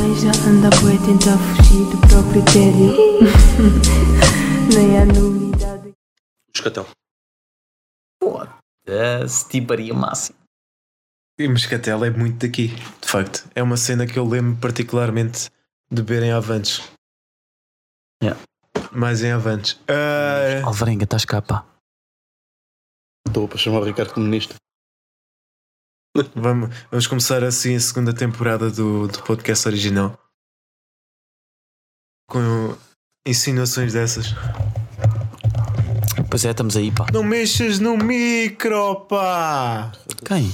é Anda boa tentar fugir do próprio tédio. Nem há novidade. Moscatel. Uh, se tiparia máximo. E Moscatel é muito daqui, de facto. É uma cena que eu lembro particularmente de beber em Avantes. Yeah. Mais em Avantes. Ah, Alvarenga, estás cá, pá. Estou para chamar o Ricardo Comunista. vamos, vamos começar assim a segunda temporada do, do podcast original. Com insinuações dessas. Pois é, estamos aí, pá. Não mexas no micro, pá! Quem?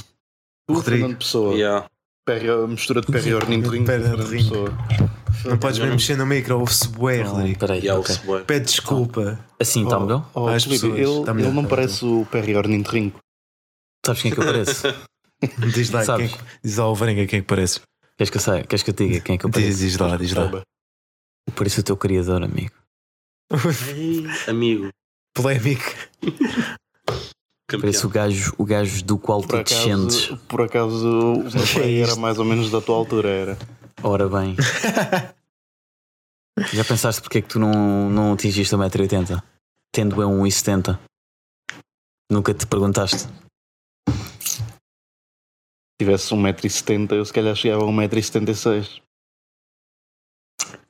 O O Rodrigo. Fernando Pessoa. Yeah. Perra- mistura de perra e ornitorrinco. Perra Fernando ornitorrinco. Pessoa. Não podes não- mesmo mexer no micro, ouve-se Oh, bué, É, Rodrigo. Espera aí, Yeah, ok. o Subway. Pede desculpa. Assim, está Oh, melhor? oh, Às Felipe, pessoas. ele, Está melhor, ele não está parece o perra e ornitorrinco. Sabes quem é que eu pareço? Diz lá, quem é Sabes? que, diz lá ao Varenga quem é que parece. Queres que eu saia? Queres que eu te diga quem é que eu Diz, pareço? diz lá, Tá, diz lá. Eu pareço o teu criador, amigo. Amigo. Polémico. Campeão. Pareço o gajo, o gajo do qual Por tu descendes. acaso, por acaso o meu é pai era isto? mais ou menos da tua altura, era. Ora bem. Já pensaste porque é que tu não, não atingiste 1,80m? Tendo eu 1,70m. Nunca te perguntaste. Se tivesse 1,70m, eu se calhar chegava a 1,76m.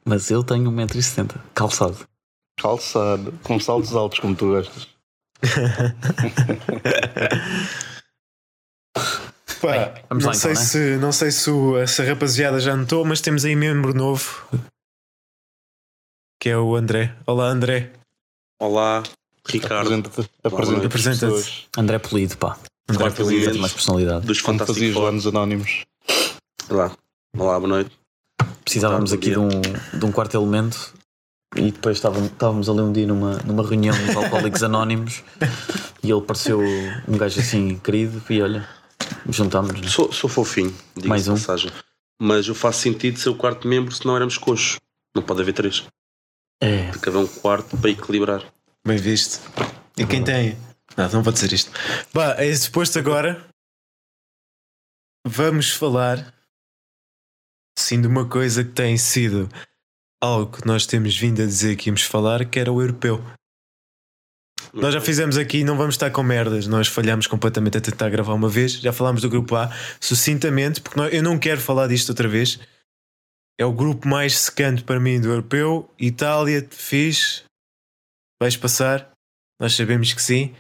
Mas eu tenho 1,70m. Calçado. Calçado, com saltos altos como tu gostas. Pá, vamos não, lá então, sei né? se, não sei se o- essa rapaziada já notou, mas temos aí membro novo. Que é o André. Olá, André. Olá, Ricardo. Apresenta-te. Apresenta-te. Apresenta-te. pessoas. André Polido, pá. André Olá, Felipe. Polido tem Polido. mais personalidade. Dos Quando Fantásticos fazias Four. anos anónimos. Olá. Olá, boa noite. Precisávamos aqui de um, de um quarto elemento e depois estávamos, estávamos ali um dia numa, numa reunião dos Alcoólicos Anónimos e ele pareceu um gajo assim querido e olha, juntámos-nos. né? Sou, sou fofinho, diga Mais um. passagem. Mas eu faço sentido ser o quarto membro se não éramos coxo. Não pode haver três. É, Tem que haver um quarto para equilibrar. Bem visto. E quem tem? Não, não vou dizer isto. Pá, é isso posto agora. Vamos falar sim de uma coisa que tem sido algo que nós temos vindo a dizer que íamos falar, que era o europeu. Nós já fizemos aqui, não vamos estar com merdas. Nós falhámos completamente a tentar gravar uma vez. Já falámos do grupo A sucintamente, porque nós- eu não quero falar disto outra vez. É o grupo mais secante para mim do europeu. Itália, fiz. Vais passar. Nós sabemos que sim.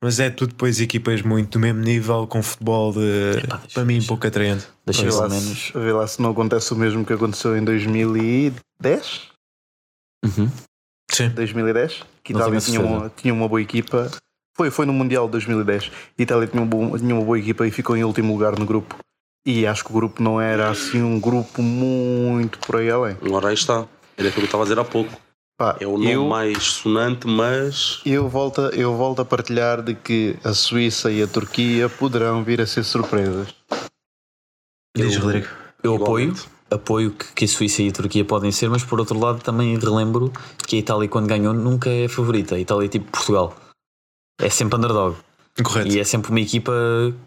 Mas é tudo depois equipas muito do mesmo nível, com futebol de, Epá, deixa- para mim deixa- pouco atraente. deixa Vê eu lá, pelo menos. se, vê lá se não acontece o mesmo que aconteceu em 2010. Uhum. 2010, que Não Itália tenho tinha uma, tinha uma boa equipa. Foi, foi no Mundial de 2010. Itália tinha, um bom- tinha uma boa equipa e ficou em último lugar no grupo. E acho que o grupo não era assim um grupo muito por aí além. Um Ora, aí está. Era aquilo que eu estava a dizer há pouco. Pá, É o nome eu, mais sonante, mas. eu, volto, a- eu volto a partilhar de que a Suíça e a Turquia poderão vir a ser surpresas. Diz, Eu- Rodrigo. Eu apoio, igualmente. apoio que, que a Suíça e a Turquia podem ser, mas por outro lado também relembro que a Itália quando ganhou nunca é a favorita. A Itália é tipo Portugal. É sempre underdog. Correto. E é sempre uma equipa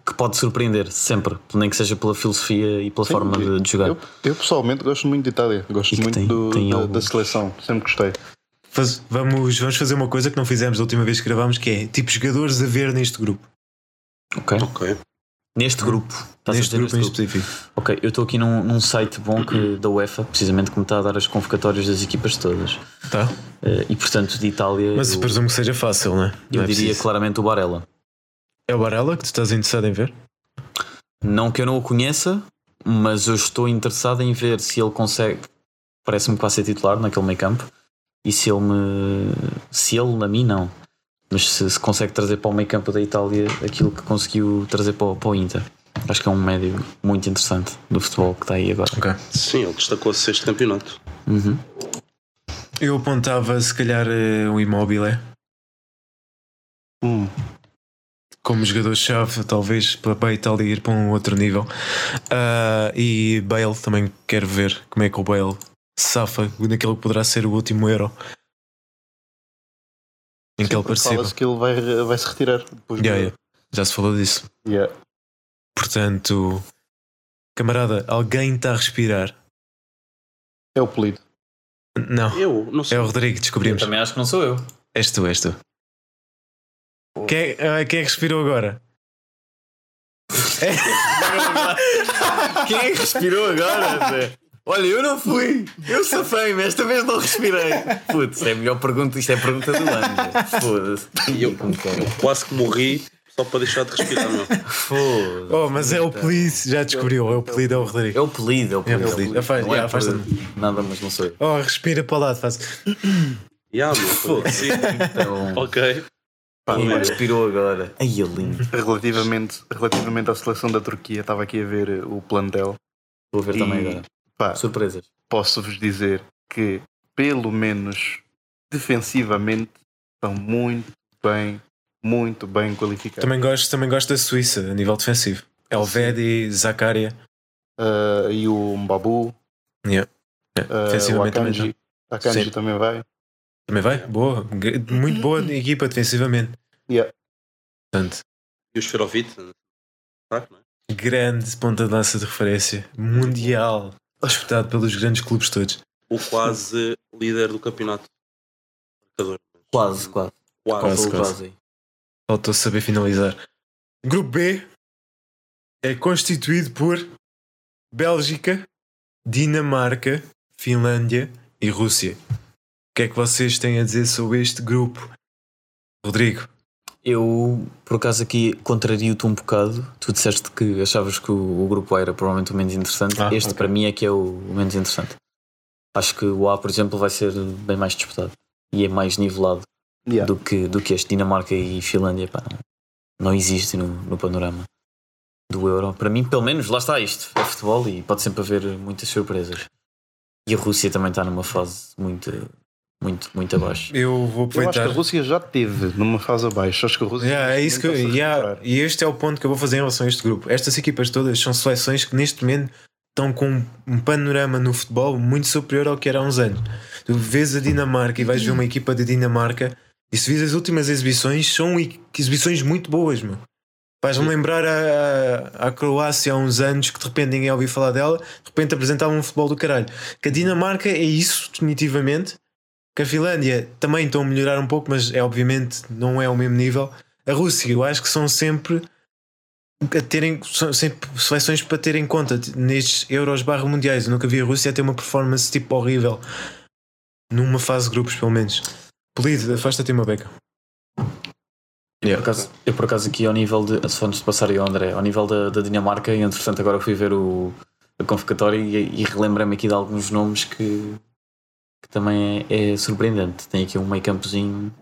que pode surpreender, sempre, nem que seja pela filosofia e pela Sim, forma de, de jogar. Eu, eu pessoalmente gosto muito de Itália. E Gosto que muito tem- do- tem da- da alguns. seleção. Sempre gostei. Faz- vamos, vamos fazer uma coisa que não fizemos da última vez que gravámos, que é tipo jogadores a ver neste grupo. Ok? Ok. Neste grupo. Estás a neste dizer grupo Uhum. em neste grupo. específico. Ok, eu estou aqui num, num site bom que, da UEFA, precisamente, que me está a dar as convocatórias das equipas todas. Tá. Eh, e portanto, de Itália, Mas eu, presumo que seja fácil, né? eu não diria é? preciso. claramente o Barella. É o Barella que tu estás interessado em ver? Não que eu não o conheça, mas eu estou interessado em ver se ele consegue. Parece-me que vai ser titular naquele meio campo. E se ele me. Se ele, a mim, não. Mas se, se consegue trazer para o meio campo da Itália aquilo que conseguiu trazer para, o- para o Inter. Acho que é um médio muito interessante do futebol que está aí agora. Ok. Sim, ele destacou-se este campeonato. Uhum. Eu apontava se calhar eh, um imóvel Hum, como jogador-chave, talvez para para a Itália ir para um outro nível. Ah, e Bale também quero ver como é que o Bale safa naquele que poderá ser o último euro em que ele participa. Fala-se que ele vai, vai se retirar. Depois Yeah, do- yeah. Já se falou disso. Yeah. Portanto, camarada, alguém está a respirar. É o Polido. Não, Eu não sei. é o Rodrigo, descobrimos. Também acho que não sou eu. És tu, és tu. Quem é, ah, quem é que respirou agora? Quem é que respirou agora, Zé? Olha, eu não fui. Eu safei-me. Esta vez não respirei. Putz, é a melhor pergunta. Isto é a pergunta do ano. Foda-se. E eu- Quase que morri só para deixar de respirar, meu. Foda-se. Oh, mas é o Police, já descobriu. É o Police, é o Rodrigo. É o polido, é o polido. É o polido. Afasta- Não é já, afasta-me. por Nada, mas não sou eu. Oh, respira para lá, faz. Yeah, meu. foi assim. Então, ok. quem olha. respirou agora? Ai, é lindo. Relativamente, relativamente à seleção da Turquia, estava aqui a ver eh, o plantel. Vou ver E- também agora. Pá, Surpresas. posso-vos dizer que, pelo menos defensivamente, estão muito bem, muito bem qualificados. Também gosto, também gosto da Suíça, a nível defensivo. Elvedi, Zakaria. Ah, e o Mbabu, ah, o Defensivamente também, Akanji. Akanji Sim. também vai. também vai. Boa, gr- muito boa equipa defensivamente. Yeah. Portanto, E o Esferovite? Saco, não é? grande ponta de lança de referência. Mundial. Disputado pelos grandes clubes todos. O quase líder do campeonato. Marcador. Quase, quase. Quase. Quase, quase. quase. aí. Faltou saber finalizar. Grupo B é constituído por Bélgica, Dinamarca, Finlândia e Rússia. O que é que vocês têm a dizer sobre este grupo? Rodrigo, Eu, por acaso, aqui contrario-te um bocado. Tu disseste que achavas que o, o grupo A era provavelmente o menos interessante. Ah, este, ok. para mim, é que é o, o menos interessante. Acho que o A, por exemplo, vai ser bem mais disputado e é mais nivelado Yeah. do, que, do que este. Dinamarca e Finlândia, pá, não, não existe no, no panorama do Euro. Para mim, pelo menos, lá está isto. É futebol e pode sempre haver muitas surpresas. E a Rússia também está numa fase muito, muito, muito Uhum. abaixo. eu vou Eu acho que aproveitar. a Rússia já teve numa fase abaixo. Acho que a Rússia. Yeah, é isso que eu- está-se a yeah, recuperar. e este é o ponto que eu vou fazer em relação a este grupo. Estas equipas todas são seleções que neste momento estão com um panorama no futebol muito superior ao que era há uns anos. Tu vês a Dinamarca e vais ver uma equipa de Dinamarca e se vês as últimas exibições, são e- exibições muito boas, meu. Vais-me lembrar a, a, a Croácia há uns anos que de repente ninguém ouviu falar dela, de repente apresentava um futebol do caralho. Que a Dinamarca é isso, definitivamente. Que a Finlândia também estão a melhorar um pouco, mas é obviamente não é o mesmo nível a Rússia, eu acho que são sempre a terem são sempre seleções para ter em conta nestes Euros barra mundiais. Eu nunca vi a Rússia ter uma performance tipo horrível numa fase de grupos, pelo menos. Polido, afasta-te uma beca. Eu, por acaso, eu, por acaso, aqui ao nível de. Só antes de passar aí ao André, ao nível da, da Dinamarca, e entretanto agora fui ver o, a convocatória e, e relembrei-me aqui de alguns nomes que, que também é, é surpreendente. Tem aqui um meio campozinho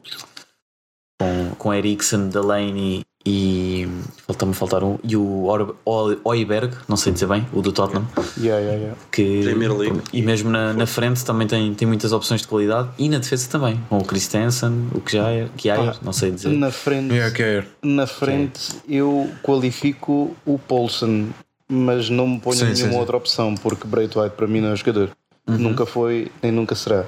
com, com Eriksen, Delaney e. Falta-me faltar um. E o Or, Oi- Oiberg, não sei dizer bem, o do Tottenham. Yeah, yeah, yeah. Que, Premier League. E mesmo na, na frente também tem, tem muitas opções de qualidade e na defesa também. Com o Christensen, o Kjaer, Kjaer não sei dizer. Na frente, ok. na frente eu qualifico o Paulson, mas não me ponho Sim, nenhuma sim, sim. outra opção, porque Braithwaite para mim não é jogador. Uhum. Nunca foi nem nunca será.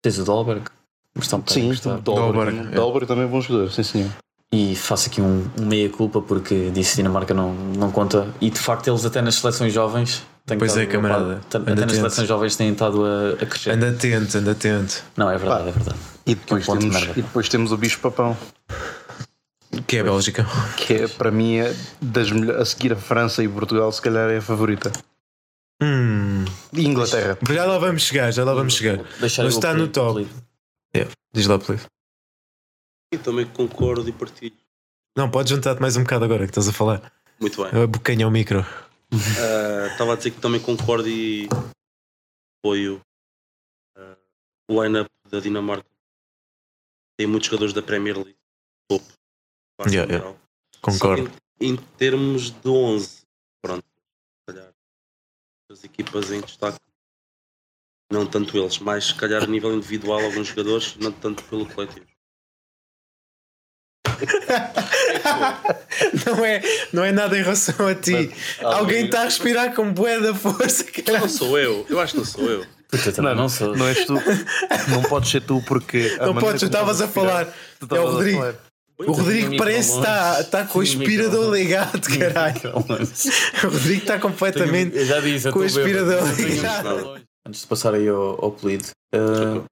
Tens o Dolberg. Mas está um bocado Sim, encostado. Dolberg. Dolberg, é. Dolberg também é bom jogador, sim senhor. E faço aqui um, um meia-culpa porque disse Dinamarca não, não conta. E de facto, eles até nas seleções jovens. têm Pois estado- é, camarada. Até Anda nas atento. seleções jovens têm estado a, a crescer. Anda atento, anda atento. Não, é verdade, Pá. é verdade. E depois, Um ponto de temos, merda. e depois temos o Bicho Papão, Que é a Bélgica. que é para mim é das melho- a seguir a França e Portugal, se calhar é a favorita. Hum. E Inglaterra. Já lá vamos chegar, já lá vamos chegar. Deixar Mas eu está no apelido, top. apelido. Diz lá, Polido. E também concordo e partilho. Não, podes juntar-te mais um bocado agora que estás a falar. Muito bem. A bocanha ao micro. Ah, Estava a dizer que também concordo e apoio ah, o line-up da Dinamarca. Tem muitos jogadores da Premier League. Top. Basta Yeah, yeah. geral. Concordo. Só que Em, em termos de 11, pronto, se calhar as equipas em destaque, não tanto eles, mas se calhar a nível individual, alguns jogadores, não tanto pelo coletivo. Não é, não é nada em relação a ti. Ah, Alguém não. está a respirar com bué da força, caralho. Não sou eu, eu acho que não sou eu. Puta, eu também não, sou. Não és tu. Não podes ser tu porque. a Não maneira podes, tu como estavas a estás respirar, falar. tu É estavas o a Rodrigo. falar. O Rodrigo Microfones. parece que está tá com o Sim, aspirador microfones. ligado, caralho. O Rodrigo está completamente Eu já disse, eu com o estou bêbado. aspirador Eu tenho- ligado. antes de passar aí ao, ao Plead, uh,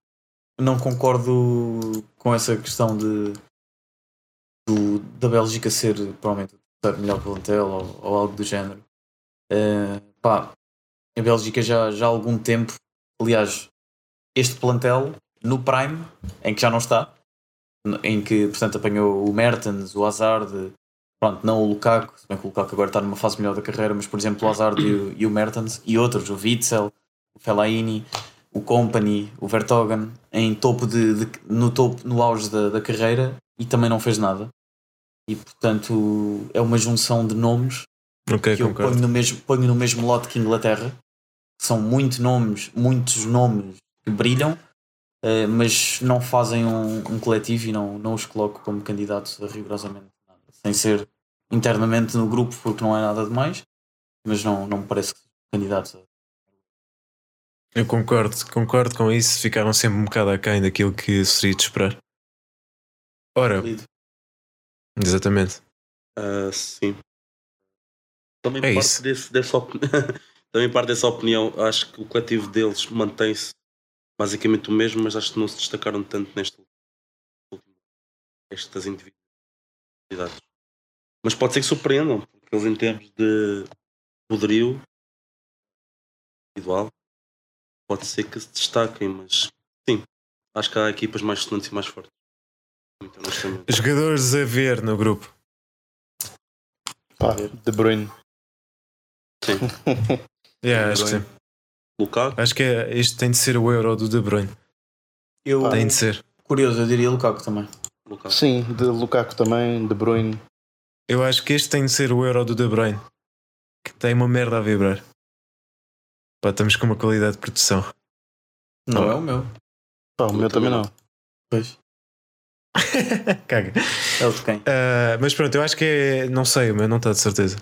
não concordo com essa questão de do- da Bélgica ser provavelmente o terceiro melhor plantel ou, ou algo do género. Uh, pá, a Bélgica já, já há algum tempo, aliás, este plantel no Prime, em que já não está, n- em que portanto apanhou o Mertens, o Hazard, pronto, não o Lukaku, se bem que o Lukaku agora está numa fase melhor da carreira, mas por exemplo o Hazard e o, e o Mertens e outros, o Witzel, o Fellaini, o Company, o Vertogen, em topo de, de- no topo, no auge da, da carreira e também não fez nada. E portanto é uma junção de nomes Ok, que eu ponho concordo. no, mesmo, ponho no mesmo lote que Inglaterra. São muito nomes, muitos nomes que brilham, eh, mas não fazem um, um coletivo e não, não os coloco como candidatos a rigorosamente nada. Sem ser internamente no grupo, porque não é nada demais, mas não, não me parece que sejam candidatos a. Eu concordo, concordo com isso. Ficaram sempre um bocado aquém daquilo que seria de esperar. Ora, exatamente. Ah, sim. Também É parte isso. desse- dessa opinião. Também parte dessa opinião. Acho que o coletivo deles mantém-se basicamente o mesmo, mas acho que não se destacaram tanto neste último. Estas individualidades. Mas pode ser que surpreendam, porque eles em termos de poderio individual, pode ser que se destaquem, mas sim, acho que há equipas mais sonantes e mais fortes. Muito honestamente. Jogadores a ver no grupo. Pá, De Bruyne. Yeah, De acho que Bruyne. sim. Lukaku, Acho que é- este tem de ser o euro do De Bruyne. Eu, Pá. Tem de ser. curioso, eu diria Lukaku também. Lukaku. Sim, de Lukaku também, De Bruyne. Eu acho que este tem de ser o euro do De Bruyne. Que tem uma merda a vibrar. Pá, estamos com uma qualidade de produção. Não Não. é o meu. Pá, o meu também não. Pois. Caga. É o de quem? Ah, mas pronto, eu acho que é. Não sei, mas não está de certeza.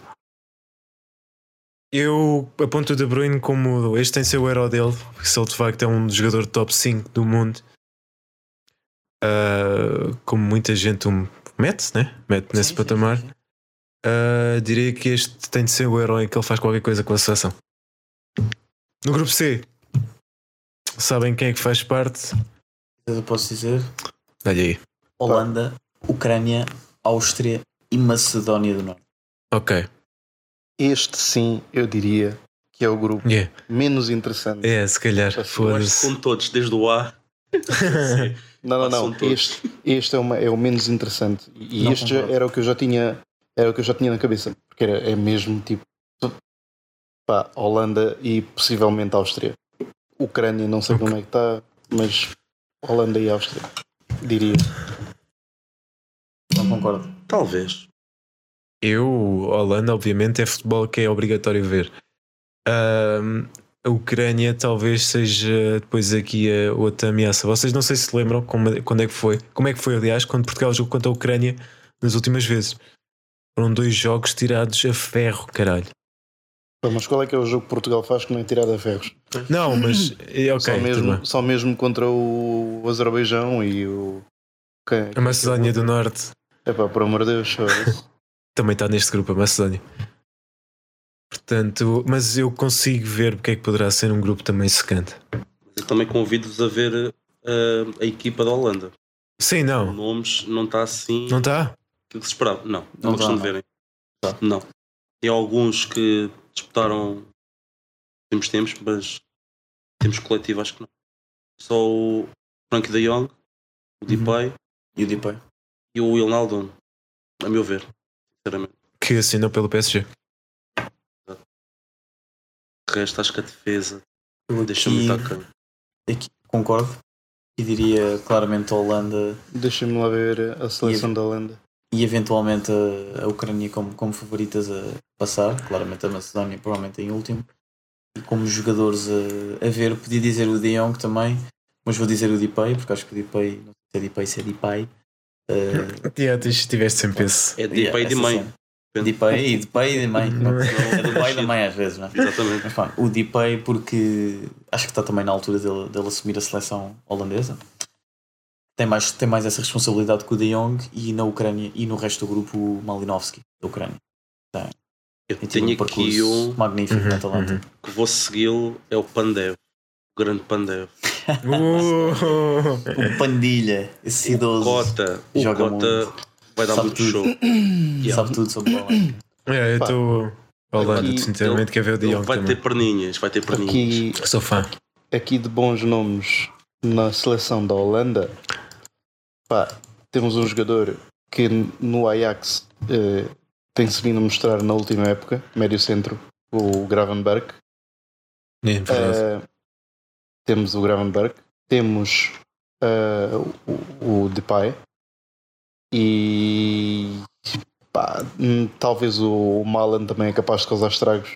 Eu aponto o De Bruyne como. Este tem de ser o euro dele. porque Se ele de facto é um jogador top 5 do mundo. ah, como muita gente o mete, né? Mete nesse Sim, sim, patamar. sim, sim. Uh, diria que este tem de ser o herói que ele faz qualquer coisa com a seleção. No grupo C, sabem quem é que faz parte? Eu posso dizer Olha aí. Holanda, Ucrânia, Áustria e Macedónia do Norte. Ok. Este sim, eu diria que é o grupo Yeah. menos interessante. É, se calhar. Eu acho Eu acho que Foda-se. com todos, desde o A. Sim. Não, não, São não. todos. Este, este é, uma- é o menos interessante. E Não este concordo. era o que eu já tinha, era o que eu já tinha na cabeça, porque era é mesmo tipo pá, Holanda e possivelmente Áustria. Ucrânia, não sei Ok. como é que está, mas Holanda e Áustria, diria. Não concordo. Talvez. Eu, Holanda, obviamente, é futebol que é obrigatório ver. Ahm, a Ucrânia talvez seja depois aqui a outra ameaça. Vocês não sei se se lembram como- quando é que foi. Como é que foi, aliás, quando Portugal jogou contra a Ucrânia nas últimas vezes. Foram dois jogos tirados a ferro, caralho. Pá, Mas qual é que é o jogo que Portugal faz que não é tirado a ferros? Não, mas. é, Ok, só, tudo bem. mesmo, só mesmo contra o Azerbaijão e o. quem- A Macedónia do Norte Epá, por amor de Deus, só isso. também está neste grupo, a Macedónia. Portanto, mas eu consigo ver porque é que poderá ser um grupo também secante. Mas eu também convido-vos a ver eh, a equipa da Holanda. Sim, O não. Nomes não está assim Não está? o que se esperava. Não, não, Não tá, gostam de não. verem. Tá. Não. Tem alguns que disputaram nos últimos tempos, mas temos coletivo, acho que não. Só o Frank de Jong, o Uhum. Depay E o Dipay? e o Wijnaldum, a meu ver, sinceramente. Que assinou pelo PSG. De resto, acho que a defesa Eu deixa muito a cara. Concordo. E diria claramente a Holanda Deixa-me lá ver a seleção da Holanda. e eventualmente a, a Ucrânia como, como favoritas a passar. Claramente a Macedónia, provavelmente em último. E como jogadores a, a ver, podia dizer o De Jong também, mas vou dizer o Dipay, porque acho que o Dipay, não sei se é Dipay, se é Dipay. eh, Estiveste sem peso. É de pai e de essa mãe. cena. Dipay e de pai e de mãe. É do pai e da mãe às vezes, não é? Exatamente. Mas pá, o Depay porque acho que está também na altura dele, dele assumir a seleção holandesa. Tem mais, tem mais essa responsabilidade que o De Jong e na Ucrânia e no resto do grupo o Malinowski da Ucrânia. Eu Tem tido tenho um percurso aqui um magnífico na Atalanta. que vou segui-lo é o Pandev. grande pandeiro. Uh, O Um Pandilha, esse Um idoso. Cota, o Joga Cota muito. vai dar Sabe muito tudo. show. Sabe tudo sobre bola. é, eu Pá. estou. Holanda, sinceramente, quer ver o é Ele Dion vai também. ter perninhas, vai ter perninhas. Aqui, Sou fã. aqui de bons nomes na seleção da Holanda, pá, temos um jogador que no Ajax eh, tem-se vindo a mostrar na última época, médio centro, o Gravenberg. É, verdade. Eh, temos o Gravenberg, temos eh, o, o Depay e pá, hum, talvez o, o Malan também é capaz de causar estragos.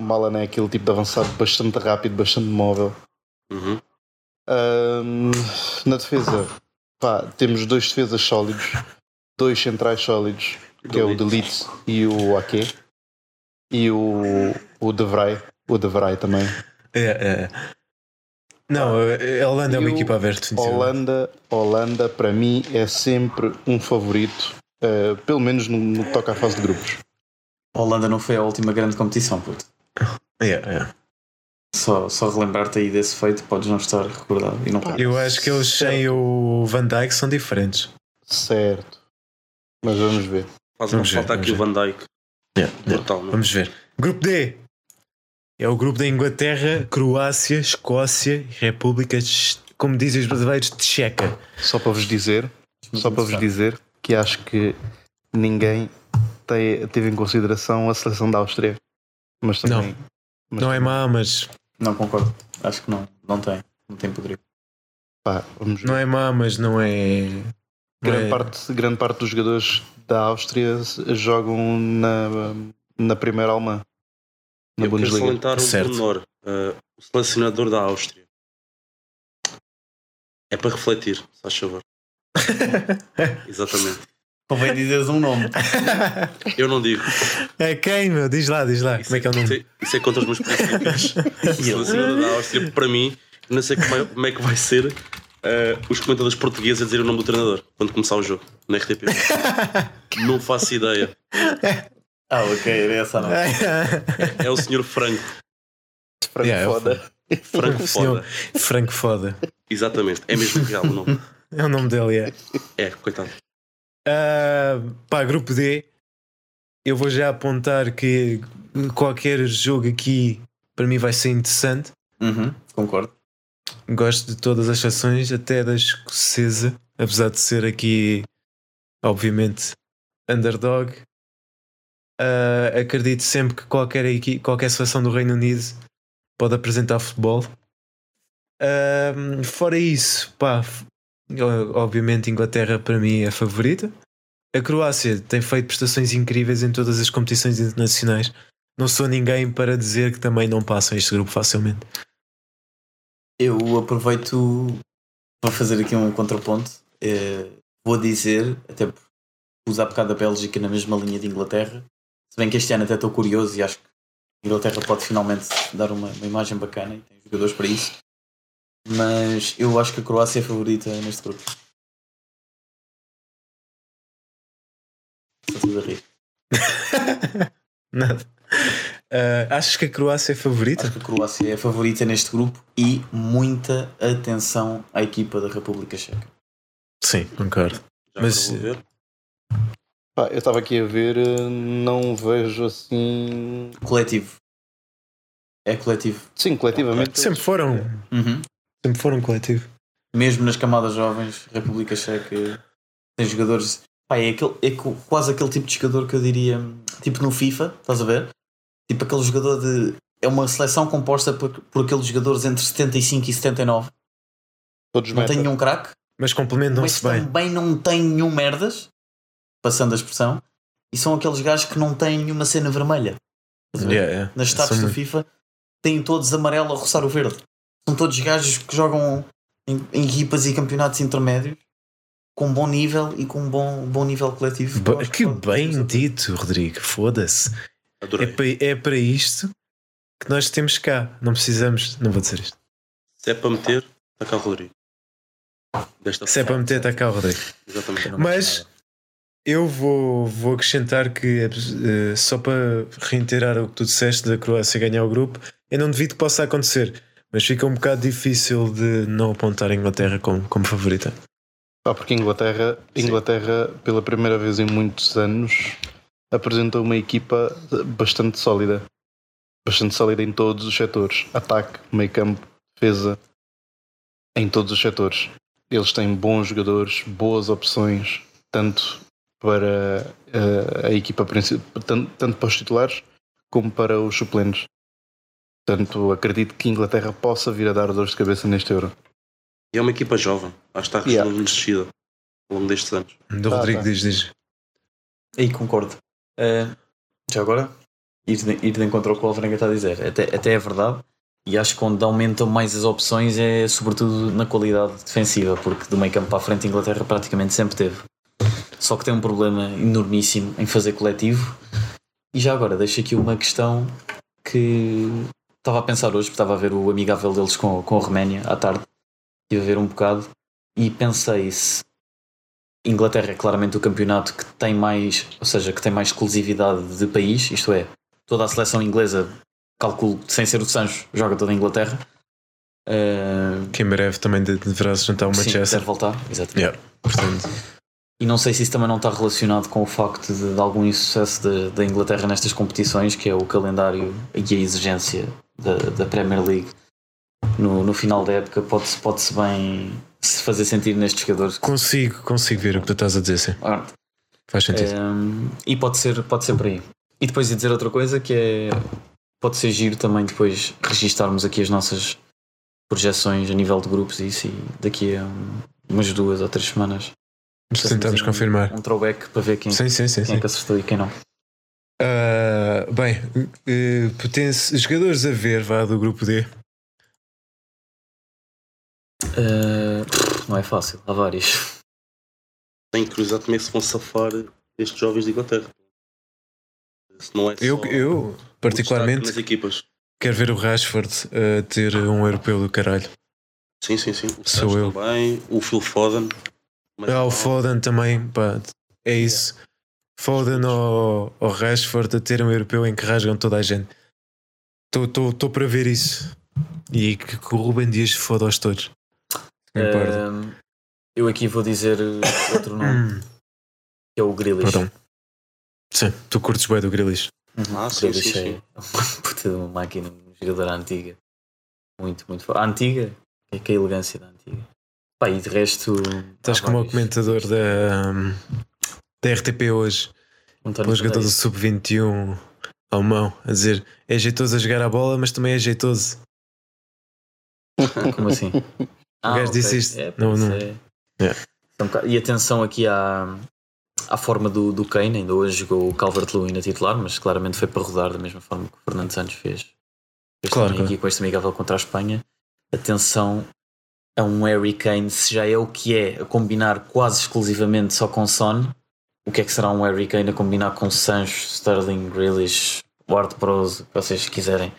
O Malan é aquele tipo de avançado bastante rápido, bastante móvel. Uhum. Ahm, na defesa, pá, temos dois defesas sólidos, dois centrais sólidos, que é o De Delete e o Ake, e o, o De Vrij, o De Vrij também. É, é. Não, a a Holanda é uma E o equipa aberta, sinceramente. Holanda, Holanda para mim é sempre um favorito, eh, pelo menos no, no que toca à fase de grupos. A Holanda não foi a última grande competição, puto. É, é. Só, só relembrar-te aí desse feito, podes não estar recordado. E Ah, não Eu acho que eles sem o Van Dijk são diferentes. Certo. Mas vamos ver. Faz uma Vamos ver, falta aqui o Van Dijk. Brutal, não é? Vamos ver. Grupo D. É o grupo da Inglaterra, Croácia, Escócia e República, Tch- como dizem os brasileiros, Tcheca. Só para vos dizer, só para vos dizer. dizer que acho que ninguém te- teve em consideração a seleção da Áustria. Mas também. mas Não é também, má, mas. Não concordo. Acho que não. Não tem. Não tem poderio. pá, vamos ver. Não é má, mas não é. não grande, é- parte, grande parte dos jogadores da Áustria s- jogam na, na primeira alemã. Na Eu quero Bundesliga. salientar um Certo. pormenor. Eh, o selecionador da Áustria. É para refletir, se faz favor. Exatamente. Convém dizeres um nome. Eu não digo. É quem, meu? Diz lá, diz lá. Como é que é o nome? Isso é, isso é contra os meus princípios. O selecionador da Áustria, para mim, eu não sei como é, como é que vai ser eh, os comentadores portugueses a dizer o nome do treinador quando começar o jogo na RTP. não faço ideia. Ah, ok. Era essa não. É o senhor Franco. Franco Yeah, eu foda. Franco O senhor Foda. Franco Foda. Exatamente. É mesmo real o nome. É o nome dele, é. É, coitado. Ah, pá, grupo D. Eu vou já apontar que qualquer jogo aqui para mim vai ser interessante. Uhum, concordo. Gosto de todas as fações, até da escocesa, apesar de ser aqui, obviamente, underdog. Ah, acredito sempre que qualquer, equi- qualquer seleção do Reino Unido pode apresentar futebol. Ah, fora isso, pá, f- o- obviamente Inglaterra para mim é a favorita. A Croácia tem feito prestações incríveis em todas as competições internacionais. Não sou ninguém para dizer que também não passam este grupo facilmente. Eu aproveito para fazer aqui um contraponto. Eh, vou dizer, até por usar bocado a Bélgica na mesma linha de Inglaterra, se bem que este ano até estou curioso e acho que a Inglaterra pode finalmente dar uma, uma imagem bacana e tem jogadores para isso. Mas eu acho que a Croácia é a favorita neste grupo. Está tudo a rir. Nada. Ah, achas que a Croácia é favorita? Acho que a Croácia é a favorita neste grupo e muita atenção à equipa da República Checa. Sim, concordo. Já Mas- agora vou ver. Pá, eu estava aqui a ver, eh, não vejo assim. Coletivo. É coletivo. Sim, coletivamente. Sempre foram, sempre foram um coletivo. Mesmo nas camadas jovens, República Checa tem jogadores. Pá, é, aquele, é co- quase aquele tipo de jogador que eu diria. Tipo no FIFA, estás a ver? Tipo aquele jogador de. É uma seleção composta por, por aqueles jogadores entre 75 e 79. Todos Não meta. tem nenhum craque, Mas complementam-se mas bem. também não tem nenhum merdas, passando a expressão, e são aqueles gajos que não têm nenhuma cena vermelha. Estás a ver? Yeah, yeah. nas status São do muito- FIFA têm todos amarelo a roçar o verde. São todos gajos que jogam em, em equipas e campeonatos intermédios com bom nível e com bom, bom nível coletivo. Eu Bo- acho Que pode- bem dito, Rodrigo. Foda-se. É Adorei. pa- é para isto que nós temos cá. Não precisamos. Não vou dizer isto. Se é para meter, está cá o Rodrigo. Desta Se é para meter, está cá, Rodrigo. Exatamente. Mas eu vou, vou acrescentar que, eh, só para reiterar o que tu disseste da Croácia ganhar o grupo, eu não devido que possa acontecer, Mas fica um bocado difícil de não apontar a Inglaterra como, como favorita. Pá, porque Inglaterra, Inglaterra, pela primeira vez em muitos anos, apresentou uma equipa bastante sólida. Bastante sólida em todos os setores. Ataque, meio campo, defesa. Em todos os setores. Eles têm bons jogadores, boas opções, tanto para eh, a equipa principal, tanto, tanto para os titulares como para os suplentes. Portanto, acredito que Inglaterra possa vir a dar dores de cabeça neste Euro. E é uma equipa jovem, acho que está Yeah. rejuvenescida ao longo destes anos. Do Ah, Rodrigo tá. diz, diz. Aí concordo. Ah, já agora, ir de, ir de encontro ao que o Alvarenga está a dizer. Até, até é verdade. E acho que onde aumentam mais as opções é sobretudo na qualidade defensiva, porque do meio campo para a frente a Inglaterra praticamente sempre teve. Só que tem um problema enormíssimo em fazer coletivo. E já agora, deixo aqui uma questão que estava a pensar hoje, porque estava a ver o amigável deles com, com a Roménia à tarde. Estive a ver um bocado e pensei se Inglaterra é claramente o campeonato que tem mais, ou seja, que tem mais exclusividade de país, isto é, toda a seleção inglesa, calculo, sem ser o Sancho, joga toda a Inglaterra. Ah, Que em breve também de- deverá se juntar o sim, Manchester. deve voltar, exatamente. Yeah, portanto, E não sei se isso também não está relacionado com o facto de, de algum insucesso da- da Inglaterra nestas competições, que é o calendário e a exigência da, da Premier League no, no final da época, pode-se pode -se bem se fazer sentir nestes jogadores. consigo, consigo ver o que tu estás a dizer, sim. Ora, Faz sentido. Ehm, e pode ser, pode ser por aí. E depois ia dizer outra coisa que é. Pode ser giro também depois registarmos aqui as nossas projeções a nível de grupos e isso, e daqui a um- umas duas ou três semanas. Mas Tentamos fazemos um- confirmar. Um throwback para ver quem, Sim, sim, sim. quem sim. é que acertou e quem não. Ah, bem, eh, poten- jogadores a ver, vá, do grupo D. Eh, não é fácil, há vários. Tenho curiosidade como é que se vão safar estes jovens de Inglaterra. Se não é só Eu, o eu destaque particularmente, Nas equipas. quero ver o Rashford a ter um europeu do caralho. Sim, sim, sim. O Sou Sou eu. também, o Phil Foden. Mas Ah, não, o é. Foden também, pá, é isso. Foden ou, ou Rashford a ter um europeu em que rasgam toda a gente. Estou para ver isso. E que, que o Ruben Dias se foda aos todos. Não Eh, importa. Ehm, eu aqui vou dizer outro nome, Hum, que é o Grealish. perdão. Sim, tu curtes bem do Grilis. Uhum, Ah, o sim, Grealish sim, é sim. uma puta de uma máquina, um jogador à antiga. Muito, muito forte. A antiga? É que a elegância da antiga. Pá, e de resto. Estás Tá há como o vários. comentador da, hum, da RTP hoje. António Tá pelo jogador do Tadeia. sub-21 alemão a dizer é jeitoso a jogar a bola, mas também é jeitoso. Como assim? Ah, gajo ok. disse isto. É, Não, isso não. é- É. É um bocado- E atenção aqui à, à forma do, do Kane. Ainda hoje jogou o Calvert-Lewin a titular, mas claramente foi para rodar da mesma forma que o Fernando Santos fez. Fez Claro, também claro. aqui com este amigável contra a Espanha. Atenção a um Harry Kane, se já é o que é, a combinar quase exclusivamente só com Son, o que é que será um Harry Kane a combinar com Sancho, Sterling, Grealish, Ward Prowse, o que vocês quiserem.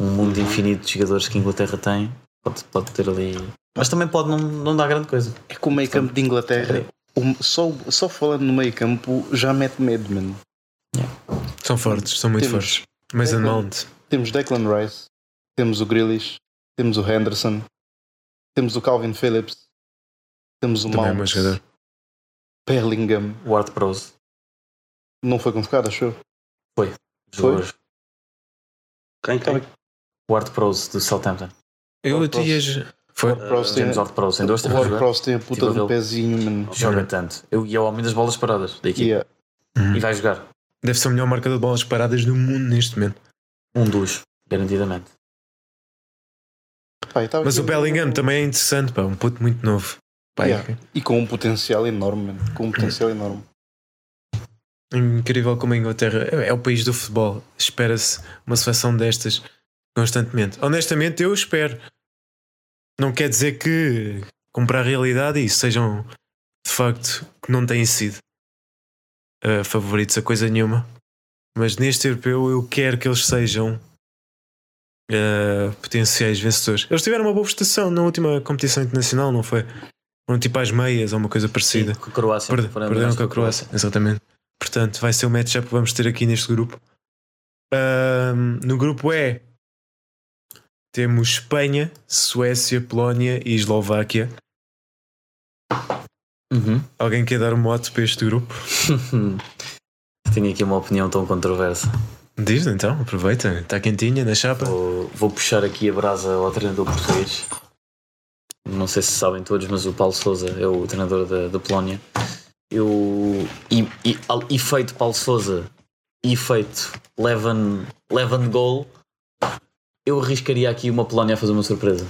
Um mundo Uhum. infinito de jogadores que a Inglaterra tem. Pode, pode ter ali. Mas também pode não, não dar grande coisa. É que o meio campo de Inglaterra, o- Um, só, só falando no meio campo, já mete medo, mano. São fortes, são muito Temos- fortes. é Mas Declan- Mount, Temos Declan Rice, temos o Grealish, temos o Henderson, temos o Calvin Phillips, temos o também é um bom Mount, jogador. Bellingham. Ward Prowse. Não foi convocado, achou? jogou Foi? hoje. Quem, quem? Ward Prose do Southampton. Eu Ward até ia. jo- Foi. Ward Prowse tem, James Ward Prowse, ainda hoje teve a Ward jogar. Prowse tem a né? Tive a puta de vê-lo. um pezinho, mano. é- Joga tanto. Eu, e é o homem das bolas paradas da equipe. Yeah. Uhum. E vai jogar. Deve ser o melhor marcador de bolas paradas do mundo neste momento. Um dos, garantidamente. Pá, e tava Mas o aqui- Bellingham também é interessante, pá, um puto muito novo. Pá, Yeah. E com um potencial enorme, mano. Com um potencial enorme. é Incrível como a Inglaterra é, é o país do futebol. Espera-se uma seleção destas constantemente. Honestamente, eu espero. Não quer dizer que comprar a realidade e sejam de facto que não têm sido eh, favoritos a coisa nenhuma. Mas neste europeu eu quero que eles sejam eh, potenciais vencedores. Eles tiveram uma boa prestação na última competição internacional, não foi? Foram tipo às meias ou uma coisa parecida. Sim, com a Croácia. Perde- Foram perderam eliminados com a Croácia, exatamente. Portanto, vai ser o matchup que vamos ter aqui neste grupo. Ahm, no grupo E, Temos Espanha, Suécia, Polónia e Eslováquia. Uhum. Alguém quer dar um mote para este grupo? Tenho aqui uma opinião tão controversa. Diz então, aproveita. Está quentinha na chapa. Vou, vou puxar aqui a brasa ao treinador português. Não sei se sabem todos, mas o Paulo Souza é o treinador da, da Polónia. Eu, e, e, al- e feito Paulo Souza, e feito Levan, Levan Goal, eu arriscaria aqui uma Polónia a fazer uma surpresa.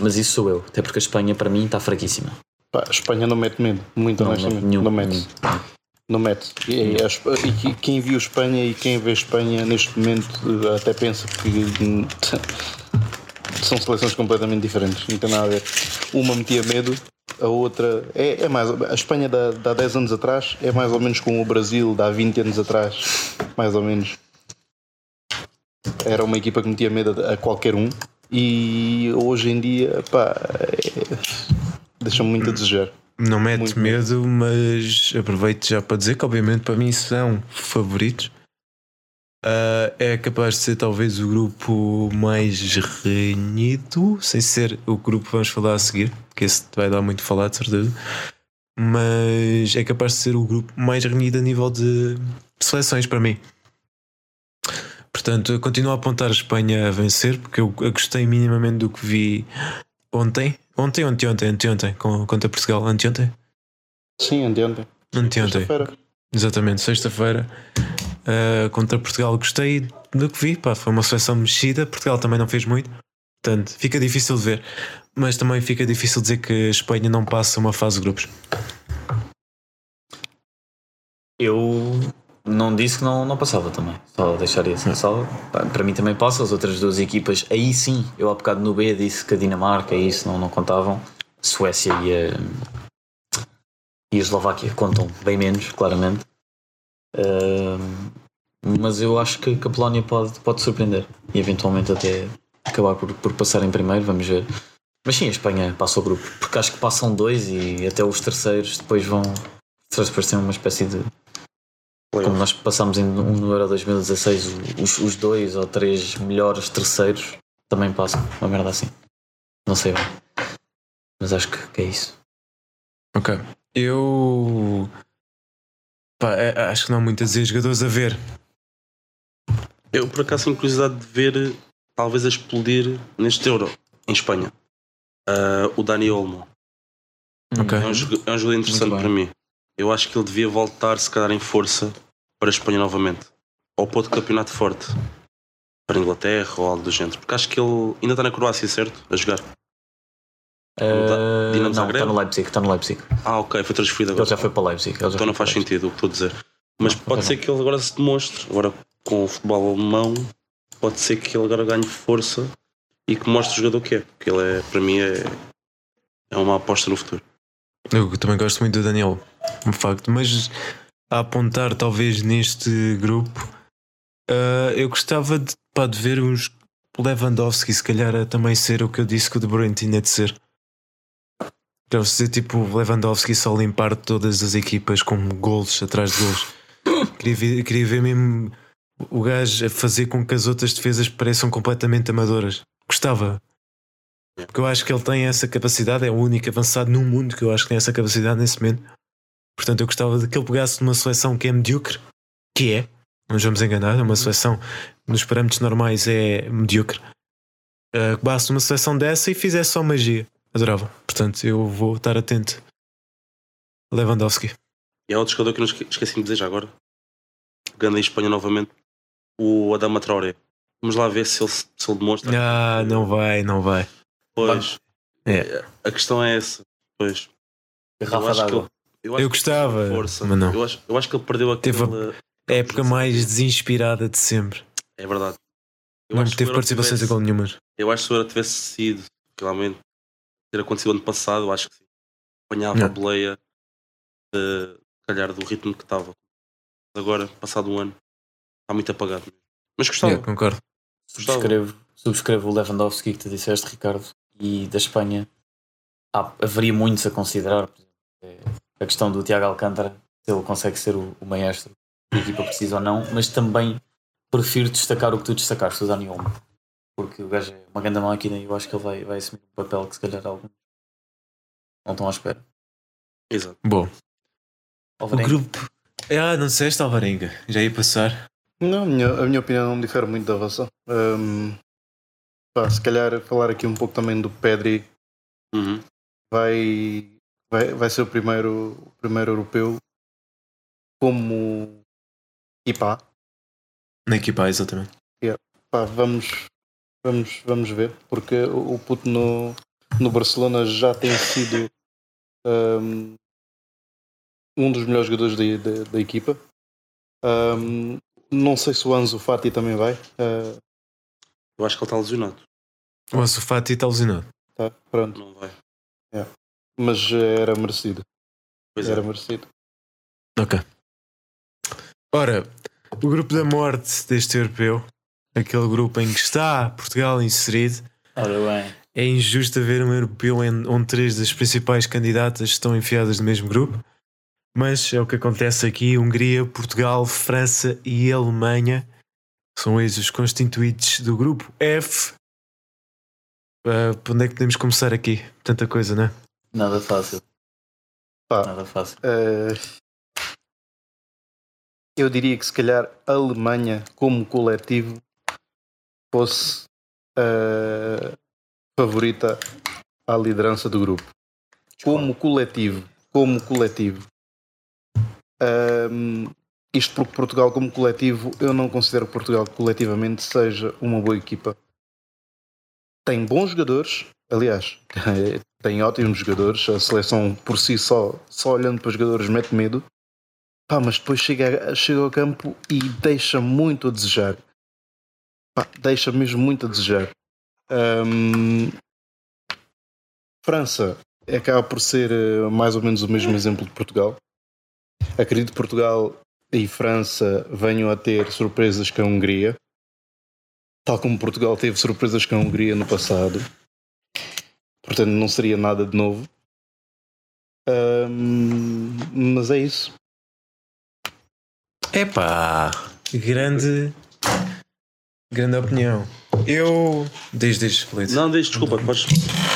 Mas isso sou eu, até porque a Espanha para mim está fraquíssima. Pá, a Espanha não mete medo, muito Não mete honestamente. nenhum, Então, não mete. nenhum. Não mete. E, e a Espa- e que- quem viu Espanha e quem vê Espanha neste momento eh, até pensa que hum, são seleções completamente diferentes, não tem nada a ver. Uma metia medo, a outra é, é mais. A Espanha de, há- de há 10 anos atrás é mais ou menos como o Brasil de há 20 anos atrás, mais ou menos. Era uma equipa que metia medo a, a qualquer um e hoje em dia, pá, é- deixa-me muito a desejar. Não mete Muito medo, mas aproveito já para dizer que, obviamente, para mim são favoritos. Ah, é capaz de ser, talvez, o grupo mais renhido, sem ser o grupo que vamos falar a seguir, porque esse vai dar muito a falar, de certeza. Mas é capaz de ser o grupo mais renhido a nível de seleções, para mim. Portanto, eu continuo a apontar a Espanha a vencer, porque eu, eu gostei minimamente do que vi ontem. Ontem, anteontem, anteontem, com, contra Portugal, anteontem. Sim, anteontem. Anteontem, Sexta-feira. exatamente, sexta-feira. Uh, contra Portugal, gostei do que vi. Pá, foi uma seleção mexida. Portugal também não fez muito, portanto, fica difícil de ver. Mas também fica difícil dizer que a Espanha não passa uma fase de grupos. Eu não disse que não, não passava também. Só deixaria essa ressalva. Pá, Para mim também passa, as outras duas equipas. Aí sim, eu há bocado no B disse que a Dinamarca e isso não, não contavam. Suécia e a, e a Eslováquia contam bem menos, claramente. Ahm, mas eu acho que, que a Polónia pode, pode surpreender e eventualmente até acabar por, por passar em primeiro, vamos ver. Mas sim, a Espanha passa o grupo, porque acho que passam dois e até os terceiros depois vão. Os terceiros depois têm uma espécie de como nós passámos em, um no Euro 2016, o- os, os dois ou três melhores terceiros também passam. Uma merda assim. Não sei bem. Mas acho que, que é isso. Ok. Eu. Pá, é- acho que não há muito a dizer. Jogadores a ver. Eu por acaso tenho curiosidade de ver talvez a explodir neste Euro, em Espanha. Ah, o Dani Olmo. Ok. É um, jogo- é um jogador interessante Uhum. bem. para mim. Eu acho que ele devia voltar, se calhar, em força para a Espanha novamente. Ou para outro campeonato forte. Para a Inglaterra ou algo do género. Porque acho que ele ainda está na Croácia, certo? A jogar. Ah, tá- Dinamo não, Zagreb? está no Leipzig, está no Leipzig. Ah, ok, foi transferido Ele agora. já foi para Leipzig. ele já Então não foi faz para Leipzig. sentido o que estou a dizer. Mas Não, pode ser também que ele agora se demonstre. Agora, com o futebol alemão, pode ser que ele agora ganhe força e que mostre o jogador que é. Porque ele, é, para mim, é, é uma aposta no futuro. Eu também gosto muito do Daniel, um facto. Mas a apontar, talvez neste grupo, ah, eu gostava de, pá, de ver uns Lewandowski, se calhar, a também ser o que eu disse que o De Bruyne tinha de ser. Quero dizer, tipo, Lewandowski só limpar todas as equipas com golos atrás de golos. queria, ver, queria ver mesmo o gajo a fazer com que as outras defesas pareçam completamente amadoras. Gostava, porque eu acho que ele tem essa capacidade, é o único avançado no mundo que eu acho que tem essa capacidade nesse momento. Portanto, eu gostava de que ele pegasse numa seleção que é medíocre, que é, não nos vamos enganar, é Uhum. uma seleção nos parâmetros normais é medíocre. Uh, que basta numa seleção dessa e fizesse só magia. Adorava. Portanto, eu vou estar atento. Lewandowski. E há outro jogador que eu não esque- esqueci de dizer já agora. Pegando em Espanha novamente, o Adama Traoré. Vamos lá ver se ele, se se ele demonstra. Ah, não vai, não vai. Pois. É. A questão é essa. Pois. Garrafa acho que d'água. eu acho Eu que ele gostava, precisa de força. mas não. Eu acho, eu acho que ele perdeu Teve a- aquela. É a época mais desinspirada de sempre. É verdade. Eu não acho que teve o Euro participações tivesse- igual nenhumas. Eu acho que se o Euro tivesse sido, realmente, ter acontecido ano passado, eu acho que sim. Apanhava a Não. boleia, de, se calhar, do ritmo que estava. Agora, passado um ano, está muito apagado. mesmo. Mas gostava. Yeah, concordo. Gostava. Subscrevo, subscrevo o Lewandowski que tu disseste, Ricardo, e da Espanha. Há- haveria muitos a considerar. Por exemplo, eh, A questão do Tiago Alcântara, se ele consegue ser o, o maestro, a equipa precisa ou não, mas também prefiro destacar o que tu destacaste, o Dani Olmo. Porque o gajo é uma grande máquina e eu acho que ele vai, vai assumir um papel que se calhar algum não estão à espera. Exato. Bom, o Alvarenga, grupo. Ah, não disseste Alvarenga. Já ia passar. Não, a minha, a minha opinião não difere muito da vossa. Ahm, pá, se calhar falar aqui um pouco também do Pedri Uhum. vai, vai, vai ser o primeiro, o primeiro europeu como equipa. Na equipa, exatamente. Pá, vamos, vamos, vamos ver, porque o o puto no, no Barcelona já tem sido ahm, um dos melhores jogadores da, da, da equipa. Ahm, não sei se o Anzo Fati também vai. ah, Eu acho que ele está lesionado. O Ansu Fati está lesionado. tá, pronto. Não vai. Mas eh, era merecido. Pois é. Era merecido. Ok. Ora, o grupo da morte deste europeu, aquele grupo em que está Portugal inserido, ora bem, é injusto haver um europeu em- onde três das principais candidatas estão enfiadas no mesmo grupo. Mas é o que acontece aqui: Hungria, Portugal, França e Alemanha são eles os constituintes do grupo F. Ah, por onde é que podemos começar aqui? Tanta coisa, né? nada fácil. Pá. Nada fácil. Eh, eu diria que se calhar a Alemanha, como coletivo, fosse eh, favorita à liderança do grupo. Como coletivo. Como coletivo. Ahm, isto porque Portugal, como coletivo, eu não considero que Portugal coletivamente seja uma boa equipa. Tem bons jogadores, aliás, é tem ótimos jogadores, a seleção por si só, só olhando para os jogadores, mete medo. Pá, mas depois chega, chega ao campo e deixa muito a desejar. Pá, deixa mesmo muito a desejar. Ahm, França acaba por ser eh, mais ou menos o mesmo exemplo de Portugal. Acredito que Portugal e França venham a ter surpresas com a Hungria, tal como Portugal teve surpresas com a Hungria no passado portanto não seria nada de novo. Ahm, mas é isso. Epá! Grande. Grande opinião. Eu. Desde desde Feliz. Não, deixa, desculpa, podes.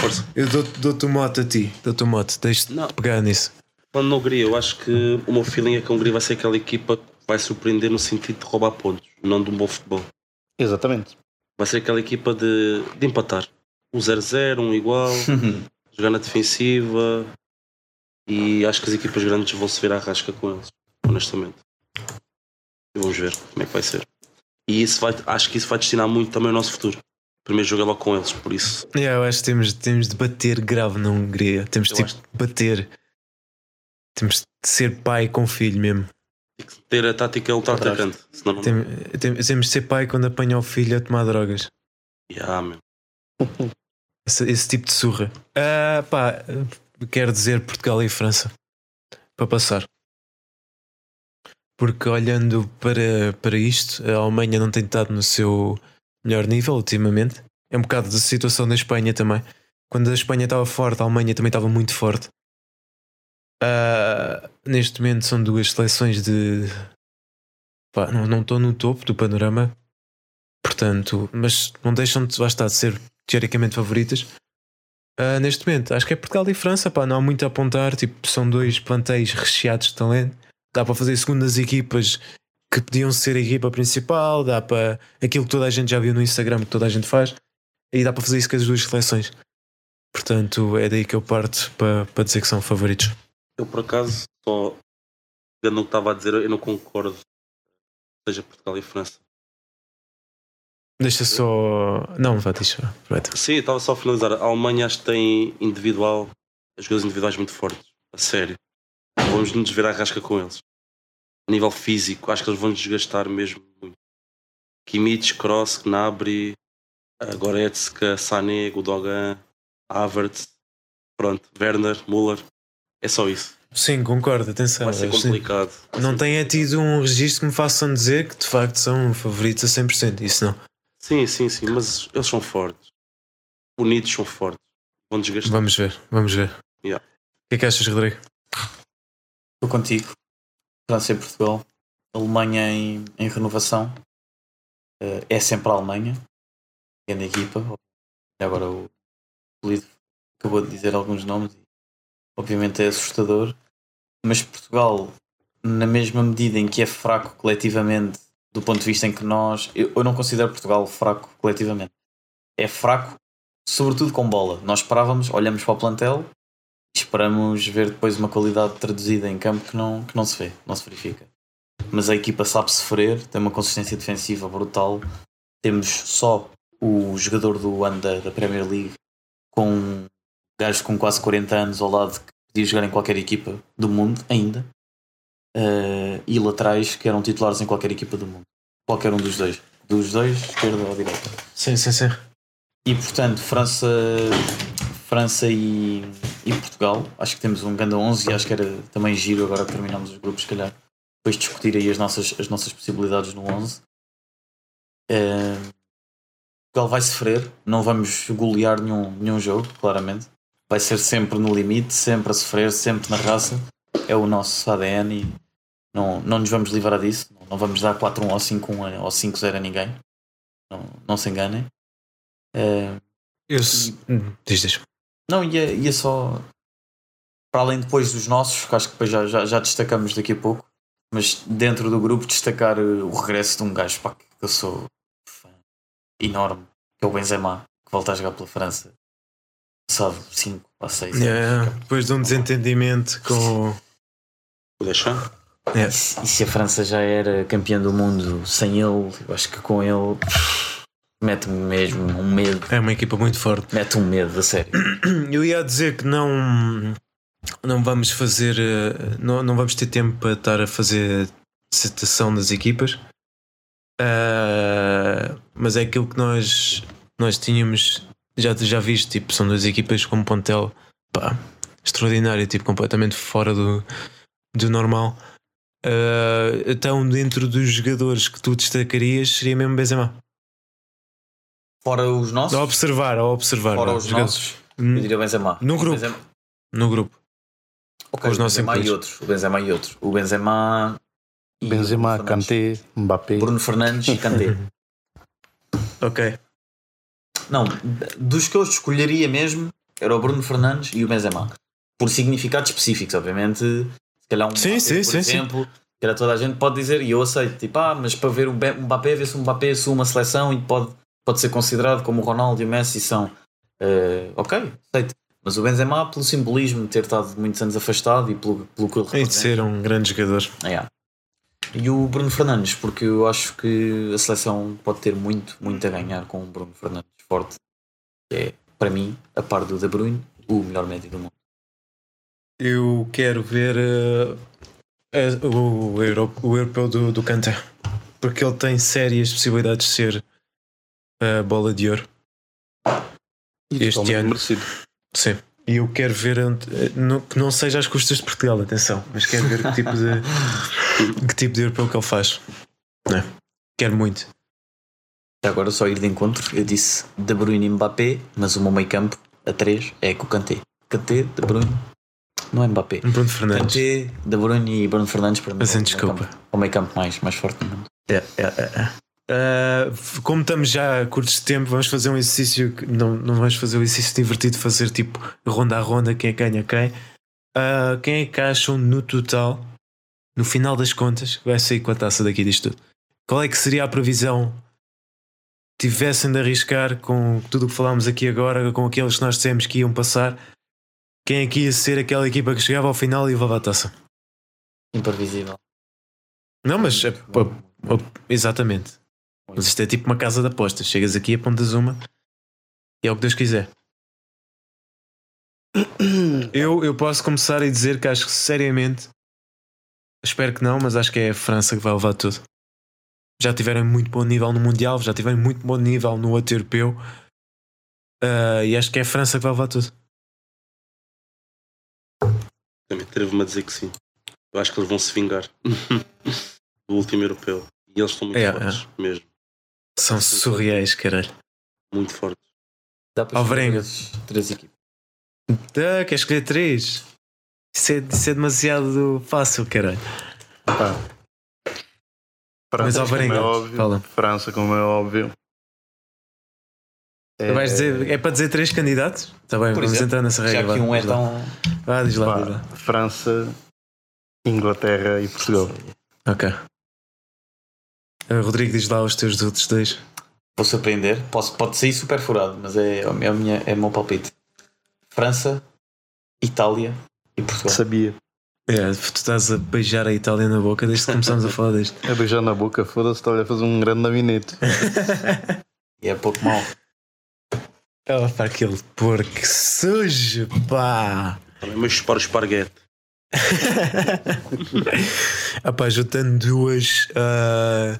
Força. Eu dou-te dou moto a ti. Dou-te o moto. Deixa-te Não. pegar nisso. Falando na Hungria, eu acho que o meu feeling é que a Hungria vai ser aquela equipa que vai surpreender no sentido de roubar pontos, não de um bom futebol. Exatamente. Vai ser aquela equipa de, de empatar. Um 0-0, um igual, jogar na defensiva. E acho que as equipas grandes vão se ver à rasca com eles, honestamente. E vamos ver como é que vai ser. E isso vai, acho que isso vai destinar muito também o nosso futuro. Primeiro jogar logo com eles, por isso. Yeah, eu acho que temos, temos de bater grave na Hungria. Temos Eu tipo, acho. de bater. Temos de ser pai com filho mesmo. Ter a tática ultra-atacante. Senão não. Tem- tem- temos de ser pai quando apanha o filho a tomar drogas. Yeah, man. Esse, esse tipo de surra. Ah, pá, quero dizer Portugal e França. Para passar. Porque olhando para, para isto, a Alemanha não tem estado no seu melhor nível ultimamente. É um bocado da situação da Espanha também. Quando a Espanha estava forte, a Alemanha também estava muito forte. Ah, neste momento são duas seleções de. Pá, não não estou no topo do panorama. Portanto, mas não deixam de, lá está, de ser teoricamente favoritas. Ah, neste momento, acho que é Portugal e França, pá, não há muito a apontar. Tipo, são dois plantéis recheados de talento. Dá para fazer segundas equipas que podiam ser a equipa principal. Dá para aquilo que toda a gente já viu no Instagram, que toda a gente faz. E dá para fazer isso com as duas seleções. Portanto, é daí que eu parto para, para dizer que são favoritos. Eu, por acaso, só pegando no que estava a dizer, eu não concordo. Seja Portugal e França. Deixa só. Não, vá, deixa. Aproveita. Sim, eu estava só a finalizar. A Alemanha acho que tem individual, jogadores individuais muito fortes. A sério. Vamos nos ver à rasca com eles. A nível físico, acho que eles vão nos desgastar mesmo muito. Kimmich, Kroos, Gnabry, eh, Goretzka, Sané, Gudogan, Havertz, pronto, Werner, Müller. É só isso. Sim, concordo, atenção. Vai ser Eles- complicado. Tá, Não tenha tido um registro que me façam dizer que de facto são favoritos a 100%. Isso não. Sim, sim, sim, mas eles são fortes. Unidos são fortes. Vão desgastar. Vamos ver, vamos ver. Yeah. O que é que achas, Rodrigo? Estou contigo. França e Portugal. Alemanha em, em renovação. Eh, é sempre a Alemanha. grande equipa. E Agora o Polito acabou de dizer alguns nomes e obviamente é assustador. Mas Portugal, na mesma medida em que é fraco coletivamente, do ponto de vista em que nós. Eu, eu não considero Portugal fraco coletivamente. É fraco, sobretudo com bola. Nós esperávamos, olhamos para o plantel e esperamos ver depois uma qualidade traduzida em campo que não, que não se vê, não se verifica. Mas a equipa sabe sofrer, tem uma consistência defensiva brutal. Temos só o jogador do ano da, da Premier League com um gajo com quase 40 anos ao lado que podia jogar em qualquer equipa do mundo ainda. Eh, e laterais que eram titulares em qualquer equipa do mundo. Qualquer um dos dois. Dos dois, esquerda ou direita. Sim, sim, sim. E portanto, França, França e, e Portugal, acho que temos um grande 11 e acho que era também giro agora que terminamos os grupos, se calhar, depois discutir aí as nossas, as nossas possibilidades no 11. Eh, Portugal vai sofrer, não vamos golear nenhum, nenhum jogo, claramente. Vai ser sempre no limite, sempre a sofrer, sempre na raça. É o nosso ADN e não, não nos vamos livrar disso. Não vamos dar 4-1 ou 5-1 ou 5-0 a ninguém. Não, não se enganem. Eh, Eu, se- Hum, diz, diz. não, ia, ia só. Para além depois dos nossos, que acho que depois já, já, já destacamos daqui a pouco, mas dentro do grupo destacar eh, o regresso de um gajo pá, que eu sou fã enorme, que é o Benzema, que volta a jogar pela França. Sabe, 5 ou 6 Yeah, depois de um desentendimento com. o- Vou deixar. E se e se a França já era campeã do mundo sem ele, eu acho que com ele mete-me mesmo um medo, É uma equipa muito forte. mete um medo, a sério. Eu ia dizer que não. Não vamos fazer. eh, Não, não vamos ter tempo para estar a fazer citação das equipas. Ah, mas é aquilo que nós, nós tínhamos. Já, já viste, tipo, são duas equipas com um pontel pá, extraordinário, tipo, completamente fora do, do normal. Ah, então, dentro dos jogadores que tu destacarias, seria mesmo Benzema. Fora os nossos, A observar, a observar. fora não, é? os jogador- nossos, eu Hum, diria Benzema. No grupo. Benzema- No grupo. Ok, Os o nossos Benzema e incluídos. outros. O Benzema e outros. O Benzema. e Benzema, Bruno Fernandes. Kanté, Mbappé. Bruno Fernandes e Kanté. Ok. Não, d- dos que eu escolheria mesmo, era o Bruno Fernandes e o Benzema. Por significados específicos, obviamente. Se calhar um Sim, Mbappé, sim, por sim, sim. exemplo, que era toda a gente pode dizer, e eu aceito, tipo, ah, mas para ver um Be- um Mbappé, vê-se um Mbappé assume uma seleção e pode, pode ser considerado como o Ronaldo e o Messi são. eh, ok, aceito. Mas o Benzema, pelo simbolismo de ter estado muitos anos afastado e pelo, pelo que ele Tem representa, de ser um grande jogador. Ah, Yeah. E o Bruno Fernandes, porque eu acho que a seleção pode ter muito, muito a ganhar com o Bruno Fernandes forte, que é, para mim, a par do De Bruyne, o melhor médio do mundo. Eu quero ver eh, eh, o, euro- o europeu do, do Kanté, porque ele tem sérias possibilidades de ser a bola de ouro. Este Totalmente ano, merecido. sim. E eu quero ver onde- eh, no- que não seja às custas de Portugal, atenção, mas quero ver que tipo de, que tipo de europeu que ele faz. É. Quero muito. E agora só ir de encontro, eu disse De Bruyne e Mbappé, mas o meu meio campo, a 3, é com o Kanté. Kanté, De Bruyne, não é Mbappé. Bruno Fernandes. Kanté, De Bruyne e Bruno Fernandes para mim. Mas, é o meio desculpa. campo- O meio campo mais, mais forte do mundo. É, é, é, é. Ah, f- como estamos já a curtos de tempo, vamos fazer um exercício. que- Não, não vamos fazer o exercício divertido, de fazer tipo ronda a ronda, quem é que ganha quem. Ah, quem é que acham no total, no final das contas, que vai sair com a taça daqui disto tudo? Qual é que seria a previsão? Tivessem de arriscar com tudo o que falámos aqui agora, com aqueles que nós dissemos que iam passar, quem é que ia ser aquela equipa que chegava ao final e levava a taça? é. Imprevisível. Não, mas Muito ah, bom. ah, exatamente. Mas isto é tipo uma casa de apostas. Chegas aqui, apontas uma e é o que Deus quiser. Eu, eu posso começar a dizer que acho que seriamente espero que não, mas acho que é a França que vai levar tudo. Já tiveram muito bom nível no Mundial, já tiveram muito bom nível no outro europeu Ah, e acho que é a França que vai levar tudo. Também teve-me a dizer que sim. Eu acho que eles vão se vingar do último europeu. E eles estão muito É, fortes mesmo. São surreais, caralho. Muito fortes. Dá para Alvarenga. escolher três equipas. Ah, quer escolher três? Isso é, isso é demasiado fácil, caralho. Pá. Mas França, como Alvarenga, é óbvio. fala. França, como é óbvio. É, Vais dizer, é para dizer três candidatos? Está bem, Por vamos exemplo, entrar nessa regra. Já que vá, um é diz lá. tão. Vá, diz lá, pá, diz lá. França, Inglaterra e Portugal. Ok. Uh, Rodrigo, diz lá os teus outros dois. Vou surpreender. Posso, pode sair super furado, mas é, é, a minha, é o meu palpite. França, Itália e Portugal. Sabia. É, tu estás a beijar a Itália na boca desde que começámos a falar deste. É beijar na boca, foda-se, está a fazer um grande naminete. E é pouco mal. Ela para aquele porco sujo, pá! Também mas chupar o esparguete. Ah pá, juntando duas. ah,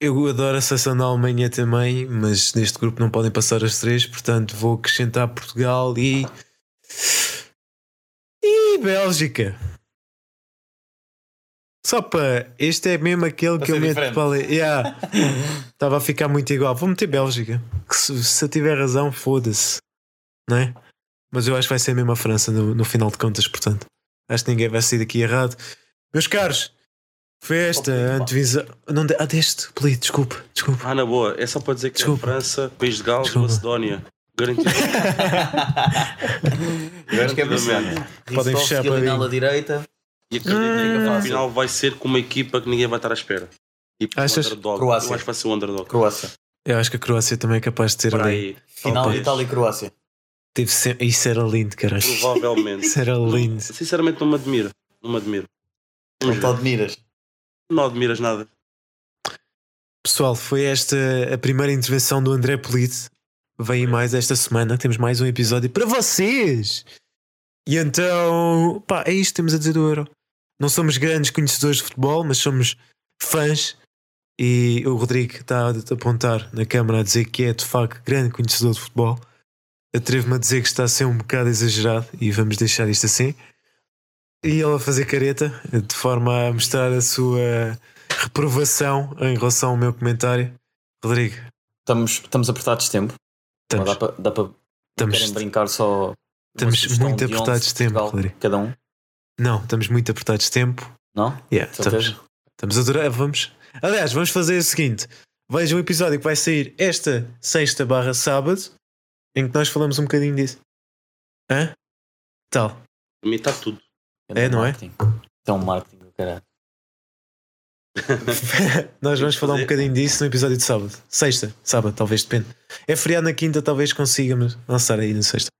Eu adoro a seleção da Alemanha também, mas neste grupo não podem passar as três, portanto vou acrescentar Portugal e. e Bélgica. Só para. Este é mesmo aquele Para que eu ser meto diferente. para ali. Yeah. Estava a ficar muito igual. Vou meter Bélgica. Que se, se eu tiver razão, foda-se. Não é? Mas eu acho que vai ser mesmo a França no, no final de contas, portanto. Acho que ninguém vai sair daqui errado. Meus caros, foi esta Ok, então a pá. antevisão. Não, de- ah, deste, Poli, desculpe, desculpe. Ah, na boa, é só para dizer que Desculpa. é França, País de Gales, Desculpa. Macedónia. Garantido. Eu acho que é brilhante. Podem fechar para mim. na ala direita. E acreditem Hum. que a final vai ser com uma equipa que ninguém vai estar à espera. Tipo, o Achas? underdog. Croácia. Eu acho que vai ser o underdog. Croácia. Eu acho que a Croácia também é capaz de ter Para ali. aí, Final talvez. Itália e Croácia. Teve sem- Isso era lindo, caralho. Provavelmente. Isso era lindo. Sinceramente, não me admiro. Não me admiro. Vamos Não ver. tal de miras. Não admiras nada. Pessoal, foi esta a primeira intervenção do André Polite. Vem aí mais esta semana. Temos mais um episódio para vocês. E então, pá, é isto que temos a dizer do Euro. Não somos grandes conhecedores de futebol, mas somos fãs. E o Rodrigo está a apontar na câmara a dizer que é de facto grande conhecedor de futebol. Atrevo-me a dizer que está a ser um bocado exagerado e vamos deixar isto assim. E ele a fazer careta, de forma a mostrar a sua reprovação em relação ao meu comentário. Rodrigo, Estamos, estamos apertados de tempo. Mas estamos, Dá para, dá para querem estamos, brincar só. uma estamos sugestão muito de onze apertados de tempo, Portugal, Rodrigo. Cada um, Não, estamos muito apertados de tempo. não? Yeah, De estamos, certeza. estamos a durar. Vamos. Aliás, vamos fazer o seguinte: veja o episódio que vai sair esta sexta barra sábado, em que nós falamos um bocadinho disso. Hã? Tal. Para mim está tudo. É, não é? um Então, marketing, do caralho. Nós vamos falar um fazer- bocadinho disso no episódio de sábado. Sexta, sábado, talvez, depende. É feriado na quinta, talvez consigamos lançar aí na sexta.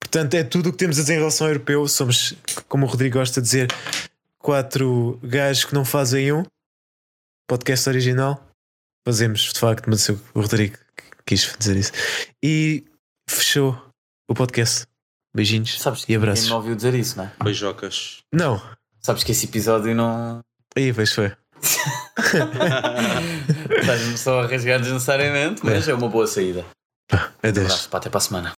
Portanto, é tudo o que temos a dizer em relação ao europeu. Somos, como o Rodrigo gosta de dizer, quatro gajos que não fazem um. Podcast original. Fazemos, de facto, mas o Rodrigo quis dizer isso. E fechou o podcast. Beijinhos Sabes que e ninguém abraços. me ouviu dizer isso, não é? Beijocas. Não, Sabes que esse episódio não. aí pois foi. Estás-me só a rasgar desnecessariamente, mas é uma boa saída. Um Adeus. abraço, pá, até para a semana.